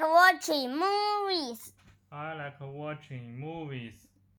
watching movies. I like watching movies.